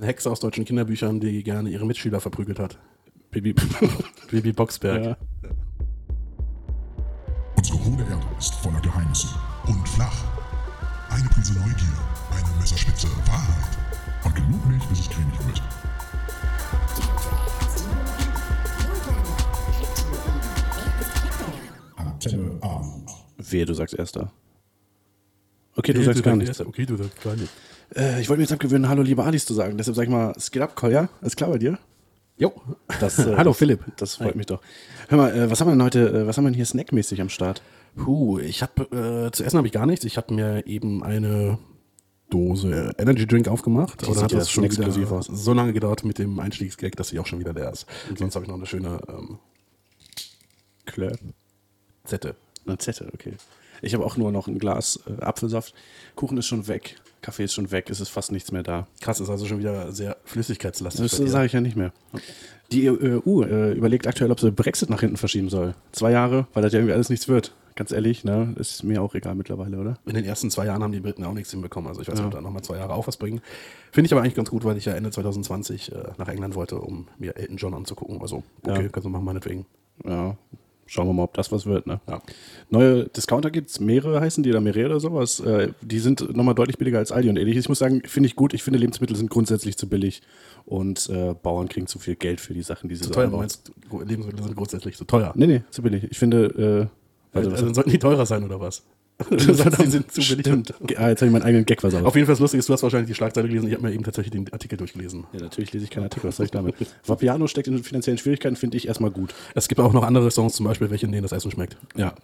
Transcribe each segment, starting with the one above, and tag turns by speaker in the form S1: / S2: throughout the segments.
S1: Eine Hexe aus deutschen Kinderbüchern, die gerne ihre Mitschüler verprügelt hat. Bibi, Bibi Boxberg.
S2: Ja.
S3: Unsere hohle Erde ist voller Geheimnisse und flach. Eine Prise Neugier, eine Messerspitze Wahrheit und genug Milch, bis es cremig wird. Antenne Abend.
S2: Wehe, du sagst erster. Okay, du
S1: Nee,
S2: sagst gar nichts.
S1: erst- Okay, du sagst gar nichts.
S2: Äh, ich wollte mir jetzt abgewöhnen, Hallo, liebe Adis zu sagen. Deshalb sag ich mal, es geht ab, Kolja. Alles klar bei dir?
S1: Jo.
S2: Das, äh,
S1: Hallo, Philipp.
S2: Das freut mich doch. Hör mal, äh, was haben wir denn heute, äh, was haben wir denn hier snackmäßig am Start?
S1: Puh, ich habe äh, zu essen habe ich gar nichts. Ich habe mir eben eine Dose Energy Drink aufgemacht.
S2: sieht ja schon
S1: wieder
S2: exklusiv aus.
S1: so lange gedauert mit dem Einstiegsgag, dass sie auch schon wieder leer ist. Sonst habe ich noch eine schöne ähm,
S2: Klöp.
S1: Zette.
S2: Eine Zette, okay. Ich habe auch nur noch ein Glas äh, Apfelsaft. Kuchen ist schon weg. Kaffee ist schon weg. Es ist fast nichts mehr da.
S1: Krass, ist also schon wieder sehr flüssigkeitslastig.
S2: Das halt-
S1: bei dir.
S2: sage ich ja nicht mehr. Die EU äh, überlegt aktuell, ob sie Brexit nach hinten verschieben soll. Zwei Jahre, weil das ja irgendwie alles nichts wird. Ganz ehrlich, ne? Ist mir auch egal mittlerweile, oder?
S1: In den ersten zwei Jahren haben die Briten auch nichts hinbekommen. Also ich weiß nicht, ob da nochmal zwei Jahre auf was bringen. Finde ich aber eigentlich ganz gut, weil ich ja Ende 2020 äh, nach England wollte, um mir Elton John anzugucken. Also, okay,
S2: Ja.
S1: kannst du machen, meinetwegen.
S2: Ja. Schauen wir mal, ob das was wird, ne?
S1: Ja.
S2: Neue Discounter gibt's, mehrere heißen die oder mehrere oder sowas. Äh, die sind nochmal deutlich billiger als Aldi und ähnliches. Ich muss sagen, finde ich gut. Ich finde, Lebensmittel sind grundsätzlich zu billig und äh, Bauern kriegen zu viel Geld für die Sachen, die sie
S1: Zu
S2: so
S1: teuer,
S2: anbauen.
S1: meinst du, Lebensmittel sind grundsätzlich zu teuer.
S2: Nee, nee, zu billig. Ich finde, äh, warte,
S1: Also,
S2: was
S1: dann sollten die teurer sein oder was? Du sagst, die sind zu billig.
S2: Stimmt. Ah, jetzt habe ich meinen eigenen Gag versaut.
S1: Auf jeden Fall ist lustig, ist, du hast wahrscheinlich die Schlagzeile gelesen. Ich habe mir eben tatsächlich den Artikel durchgelesen.
S2: Ja, natürlich lese ich keinen Artikel, was soll ich damit? Vapiano steckt in finanziellen Schwierigkeiten, finde ich erstmal gut.
S1: Es gibt auch noch andere Restaurants, zum Beispiel, welche in denen das Essen schmeckt.
S2: Ja.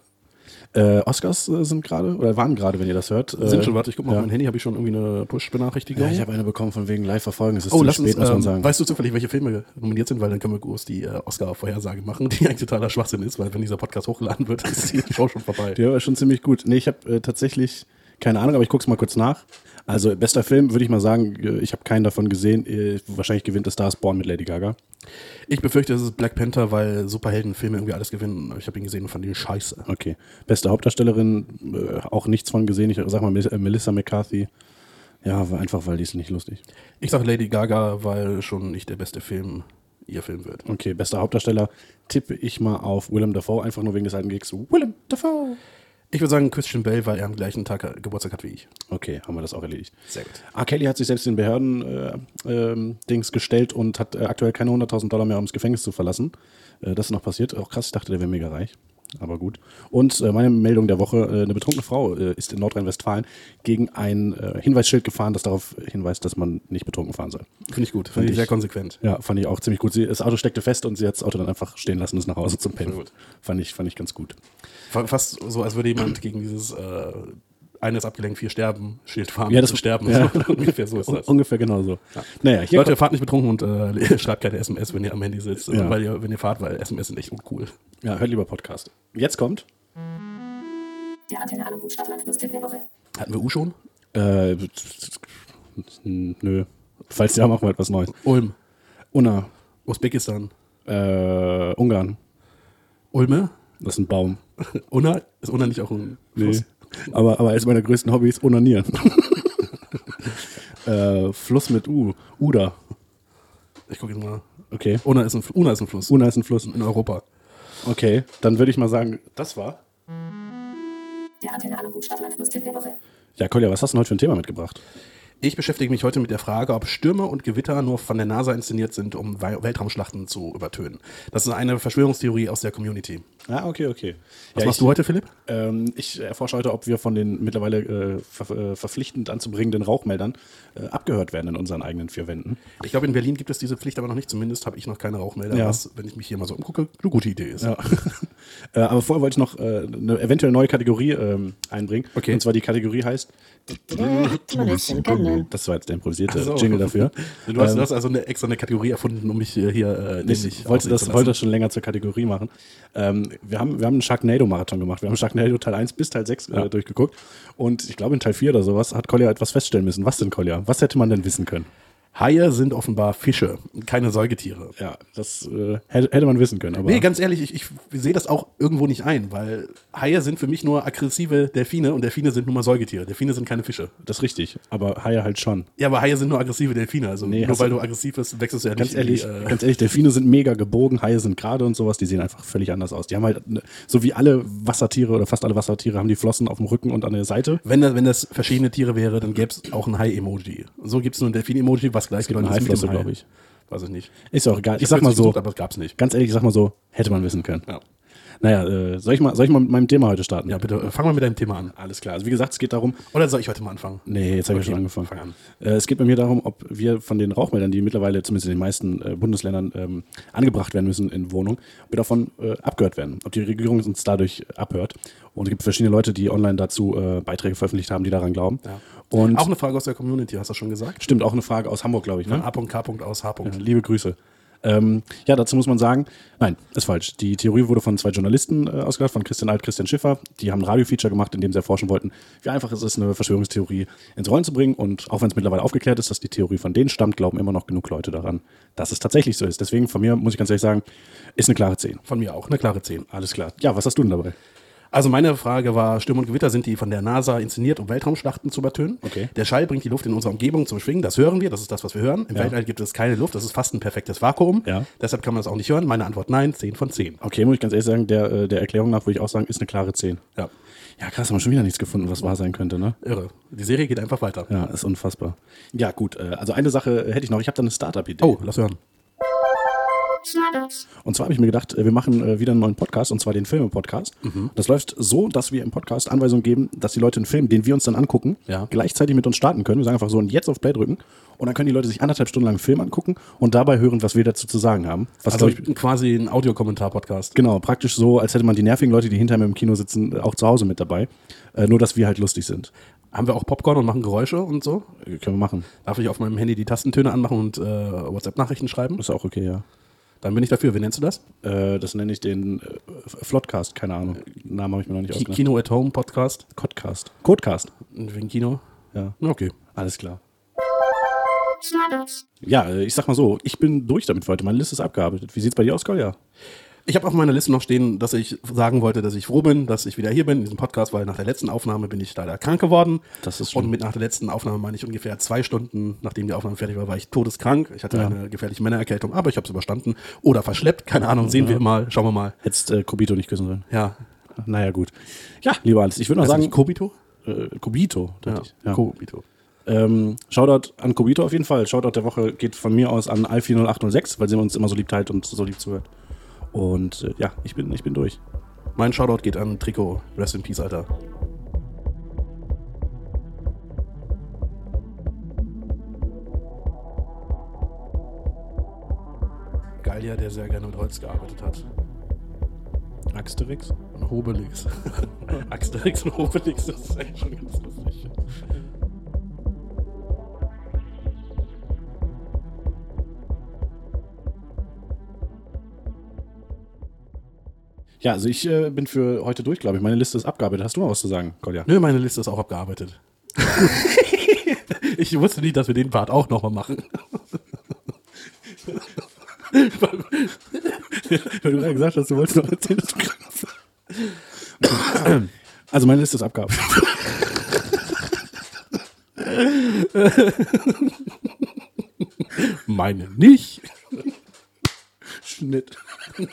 S2: Äh, Oscars äh, sind gerade, oder waren gerade, wenn ihr das hört.
S1: Sind
S2: äh,
S1: schon, warte, ich guck mal
S2: ja.
S1: auf mein Handy, habe ich schon irgendwie eine Push-Benachrichtigung?
S2: Ja, ich habe eine bekommen von wegen live verfolgen. Es ist
S1: Oh,
S2: zu
S1: lass
S2: spät,
S1: uns,
S2: muss man sagen.
S1: ähm, weißt du zufällig, welche Filme nominiert sind, weil dann können wir groß die äh, Oscar-Vorhersage machen, die eigentlich totaler Schwachsinn ist, weil wenn dieser Podcast hochgeladen wird, ist die Show schon vorbei.
S2: Der war schon ziemlich gut. Nee, ich habe äh, tatsächlich keine Ahnung, aber ich gucke es mal kurz nach. Also, bester Film würde ich mal sagen, äh, ich habe keinen davon gesehen. Äh, wahrscheinlich gewinnt das Stars Born mit Lady Gaga.
S1: Ich befürchte, es ist Black Panther, weil Superheldenfilme irgendwie alles gewinnen. Ich habe ihn gesehen und fand ihn scheiße.
S2: Okay. Beste Hauptdarstellerin, äh, auch nichts von gesehen. Ich sag mal Mel- äh, Melissa McCarthy. Ja, war einfach, weil die ist nicht lustig.
S1: Ich sage Lady Gaga, weil schon nicht der beste Film ihr Film wird.
S2: Okay, bester Hauptdarsteller tippe ich mal auf Willem Dafoe, einfach nur wegen des alten Gigs. Willem Dafoe!
S1: Ich würde sagen Christian Bale, weil er am gleichen Tag äh, Geburtstag hat wie ich.
S2: Okay, haben wir das auch erledigt.
S1: Sehr gut.
S2: R. Kelly hat sich selbst den Behörden-Dings äh, Dings gestellt und hat äh, aktuell keine 100.000 Dollar mehr, um das Gefängnis zu verlassen. Äh, das ist noch passiert. Auch krass, ich dachte, der wäre mega reich. Aber gut. Und äh, meine Meldung der Woche: äh, Eine betrunkene Frau äh, ist in Nordrhein-Westfalen gegen ein äh, Hinweisschild gefahren, das darauf hinweist, dass man nicht betrunken fahren soll.
S1: Finde ich gut. Finde ich
S2: ich-
S1: sehr konsequent.
S2: Ja, fand ich auch ziemlich gut. Sie, das Auto steckte fest und sie hat das Auto dann einfach stehen lassen und ist nach Hause zum Pennen. Fand ich, fand ich ganz gut.
S1: Fa- Fast so, als würde jemand gegen dieses äh, eines abgelenkt, vier sterben, Schild fahren,
S2: Ja, das-
S1: zu sterben.
S2: ja.
S1: Ungefähr so ist
S2: Un
S1: das.
S2: ungefähr genauso. Naja, hier
S1: Leute, fahrt nicht betrunken und äh, schreibt keine SMS, wenn ihr am Handy sitzt,
S2: Ja.
S1: weil ihr, wenn ihr fahrt, weil SMS sind echt uncool.
S2: kommt, ja, hört lieber Podcast. Jetzt kommt.
S4: Der Antenne Alu Hut Stadtlandwurst-Tipp der Woche.
S1: Hatten wir U schon?
S2: Äh, nö. Falls ja, machen wir etwas Neues.
S1: Ulm,
S2: Unna,
S1: Usbekistan,
S2: äh, Ungarn.
S1: Ulme,
S2: Das ist ein Baum.
S1: Unna, ist Unna nicht auch ein
S2: Nee.
S1: Fluss?
S2: Aber, aber eines meiner größten Hobbys, Unanieren. äh, Fluss mit U. Uda.
S1: Ich gucke jetzt mal.
S2: Okay.
S1: Unna ist ein, Fl- Unna ist ein Fluss
S2: Una ist ein Fluss.
S1: in Europa.
S2: Okay, dann würde ich mal sagen, das war.
S4: Der Antenne Alu Hut Stadtlandwurst-Tipp der Woche.
S2: Ja, Kolja, was hast du denn heute für ein Thema mitgebracht?
S1: Ich beschäftige mich heute mit der Frage, ob Stürme und Gewitter nur von der NASA inszeniert sind, um Wei- Weltraumschlachten zu übertönen. Das ist eine Verschwörungstheorie aus der Community.
S2: Ah, okay, okay.
S1: Was
S2: ja, ich,
S1: machst du heute, Philipp?
S2: Ähm, ich erforsche heute, ob wir von den mittlerweile äh, ver äh, verpflichtend anzubringenden Rauchmeldern äh, abgehört werden in unseren eigenen vier Wänden.
S1: Ich glaube, in Berlin gibt es diese Pflicht aber noch nicht. Zumindest habe ich noch keine Rauchmelder,
S2: Ja.
S1: was, wenn ich mich hier mal so umgucke, eine gute Idee ist.
S2: Ja. äh, aber vorher wollte ich noch äh, eine eventuell neue Kategorie ähm, einbringen.
S1: Okay.
S2: Und zwar die Kategorie heißt,
S4: Der
S2: das war jetzt der improvisierte
S1: Ach so.
S2: Jingle dafür.
S1: Du hast,
S2: Ähm,
S1: du hast also eine extra eine Kategorie erfunden, um mich hier, hier äh, nämlich Also,
S2: ich wollte
S1: aussehen zu
S2: das,
S1: lassen.
S2: wollte das schon länger zur Kategorie machen. Ähm, wir, haben, wir haben einen Sharknado-Marathon gemacht. Wir haben Sharknado Teil 1 bis Teil 6 äh, durchgeguckt. Und ich glaube, in Teil 4 oder sowas hat Kolja etwas feststellen müssen. Was denn, Kolja? Was hätte man denn wissen können?
S1: Haie sind offenbar Fische, keine Säugetiere.
S2: Ja, das äh, hätte, hätte man wissen können. Aber
S1: Nee, ganz ehrlich, ich, ich sehe das auch irgendwo nicht ein, weil Haie sind für mich nur aggressive Delfine und Delfine sind nun mal Säugetiere. Delfine sind keine Fische.
S2: das ist richtig. Aber Haie halt schon.
S1: Ja, aber Haie sind nur aggressive Delfine. Also
S2: Nee,
S1: nur
S2: hast
S1: weil
S2: du-
S1: du aggressiv bist, wechselst du ja
S2: Ganz
S1: nicht
S2: ehrlich,
S1: in die, äh,
S2: ganz ehrlich, Delfine sind mega gebogen, Haie sind gerade und sowas, die sehen einfach völlig anders aus. Die haben halt, ne- so wie alle Wassertiere oder fast alle Wassertiere, haben die Flossen auf dem Rücken und an der Seite.
S1: Wenn das, wenn das verschiedene Tiere wäre, dann gäbe es auch ein Hai-Emoji. So gibt es nur ein Delfin-Emoji, was gleich
S2: gibt
S1: ist
S2: eine
S1: mit dem
S2: Haiflosse,
S1: Hai.
S2: glaub ich.
S1: Weiß ich nicht.
S2: Ist ja auch egal. Ich,
S1: hab
S2: sag mal
S1: kürzlich
S2: so,
S1: gesucht, aber es gab's nicht.
S2: ganz ehrlich, ich sag mal so, hätte man wissen können.
S1: Ja.
S2: Naja, äh, soll, ich mal, soll ich mal mit meinem Thema heute starten?
S1: Ja, bitte, äh, fang mal mit deinem Thema an.
S2: Alles klar. Also wie gesagt, es geht darum,
S1: Oder soll ich heute mal anfangen?
S2: Nee, jetzt habe ich
S1: Okay,
S2: schon angefangen.
S1: fang an.
S2: Äh, es geht bei mir darum, ob wir von den Rauchmeldern, die mittlerweile zumindest in den meisten äh, Bundesländern ähm, angebracht werden müssen in Wohnungen, ob wir davon äh, abgehört werden, ob die Regierung uns dadurch abhört. Und es gibt verschiedene Leute, die online dazu äh, Beiträge veröffentlicht haben, die daran glauben.
S1: Ja.
S2: Und
S1: Auch eine Hm? Frage aus der Community, hast du schon gesagt?
S2: stimmt, auch eine Frage aus Hamburg, glaube ich. Ne?
S1: A. K. aus H.
S2: Ja, liebe Grüße. Ähm, ja, dazu muss man sagen, nein, ist falsch. Die Theorie wurde von zwei Journalisten äh, ausgedacht, von Christian Alt, Christian Schiffer. Die haben ein Radio-Feature gemacht, in dem sie erforschen wollten, wie einfach es ist, eine Verschwörungstheorie ins Rollen zu bringen. Und auch wenn es mittlerweile aufgeklärt ist, dass die Theorie von denen stammt, glauben immer noch genug Leute daran, dass es tatsächlich so ist. Deswegen von mir, muss ich ganz ehrlich sagen, ist eine klare 10.
S1: Von mir auch, eine klare 10.
S2: Alles klar. Ja, was hast du denn dabei?
S1: Also meine Frage war, Stürme und Gewitter sind die von der NASA inszeniert, um Weltraumschlachten zu übertönen.
S2: Okay.
S1: Der Schall bringt die Luft in unserer Umgebung zum Schwingen, das hören wir, das ist das, was wir hören. Im
S2: Ja.
S1: Weltall gibt es keine Luft, das ist fast ein perfektes Vakuum.
S2: Ja.
S1: Deshalb kann man das auch nicht hören. Meine Antwort nein, 10 von 10.
S2: Okay, muss ich ganz ehrlich sagen, der, äh, der Erklärung nach würde ich auch sagen, ist eine klare 10.
S1: Ja,
S2: Ja, krass, haben wir schon wieder nichts gefunden, was wahr sein könnte, ne?
S1: irre. Die Serie geht einfach weiter.
S2: Ja, ist unfassbar. Ja, gut. äh, Also eine Sache hätte ich noch. Ich habe da eine Startup-Idee.
S1: Oh, lass hören.
S4: Schnabels.
S2: Und zwar habe ich mir gedacht, äh, wir machen äh, wieder einen neuen Podcast, und zwar den Filme-Podcast.
S1: Mhm.
S2: Das läuft so, dass wir im Podcast Anweisungen geben, dass die Leute einen Film, den wir uns dann angucken,
S1: Ja.
S2: gleichzeitig mit uns starten können. Wir sagen einfach so, und jetzt auf Play drücken. Und dann können die Leute sich anderthalb Stunden lang einen Film angucken und dabei hören, was wir dazu zu sagen haben. Was,
S1: Also
S2: also, ich,
S1: quasi ein Audiokommentar-Podcast.
S2: genau, praktisch so, als hätte man die nervigen Leute, die hinter mir im Kino sitzen, äh, auch zu Hause mit dabei. Äh, nur, dass wir halt lustig sind.
S1: Haben wir auch Popcorn und machen Geräusche und so?
S2: Äh, Können wir machen.
S1: Darf ich auf meinem Handy die Tastentöne anmachen und äh, WhatsApp-Nachrichten schreiben?
S2: Ist auch okay, ja.
S1: Dann bin ich dafür. Wie nennst du das?
S2: Äh, das nenne ich den äh, Flotcast, keine Ahnung. Namen habe ich mir noch nicht
S1: Ki-
S2: ausgedacht.
S1: Kino at Home Podcast.
S2: Codcast. Codcast.
S1: Wegen Kino.
S2: Ja,
S1: Na, Okay.
S2: alles klar.
S4: Schnabels.
S2: Ja, äh, ich sag mal so, ich bin durch damit für heute. Meine Liste ist abgearbeitet. Wie sieht's bei dir aus, Kolja?
S1: Ich habe auf meiner Liste noch stehen, dass ich sagen wollte, dass ich froh bin, dass ich wieder hier bin in diesem Podcast, weil nach der letzten Aufnahme bin ich leider krank geworden.
S2: Das ist schlimm.
S1: Und mit nach der letzten Aufnahme meine ich ungefähr zwei Stunden, nachdem die Aufnahme fertig war, war ich todeskrank. Ich hatte
S2: Ja.
S1: eine gefährliche Männererkältung, aber ich habe es überstanden oder verschleppt. Keine Ahnung, sehen wir mal, schauen wir mal.
S2: Hättest äh, Kobito nicht küssen sollen.
S1: Ja.
S2: Naja, gut. Ja, lieber alles. Ich würde noch
S1: Heißt das
S2: sagen,
S1: nicht Kobito?
S2: äh, Kobito. dachte ich. Ja.
S1: Kobito.
S2: Ähm, Shoutout an Kobito auf jeden Fall. Shoutout der Woche geht von mir aus an Alfie0806, weil sie uns immer so lieb teilt und so lieb zuhört. Und äh, ja, ich bin, ich bin durch.
S1: Mein Shoutout geht an Trikot. Rest in Peace, Alter. Gallier, der sehr gerne mit Holz gearbeitet hat.
S2: Axterix?
S1: Und Hobelix. Axterix und Hobelix, das ist eigentlich schon ganz lustig.
S2: Ja, also ich äh, bin für heute durch, glaube ich. Meine Liste ist abgearbeitet. Hast du mal was zu sagen, Kolja?
S1: Nö, meine Liste ist auch abgearbeitet. ich wusste nicht, dass wir den Part auch nochmal machen.
S2: Weil du gerade gesagt hast, du wolltest noch erzählen, dass du krank bist. Also meine Liste ist abgearbeitet.
S1: Meine nicht.
S2: Schnitt.
S1: Okay.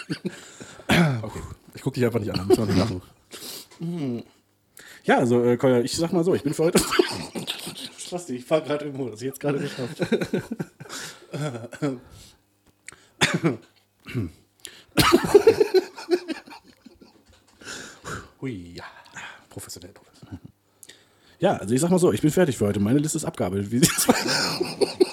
S1: Mhm. Ich guck dich einfach nicht an, muss man nicht machen.
S2: Ja, also äh, Kolja, ich sag mal so, ich bin für heute. Spasti, ich fahr gerade irgendwo, das ich jetzt gerade geschafft.
S1: Hui, ja. Professionell, professionell.
S2: Ja, also ich sag mal so, ich bin fertig für heute. Meine Liste ist abgearbeitet. Wie sieht's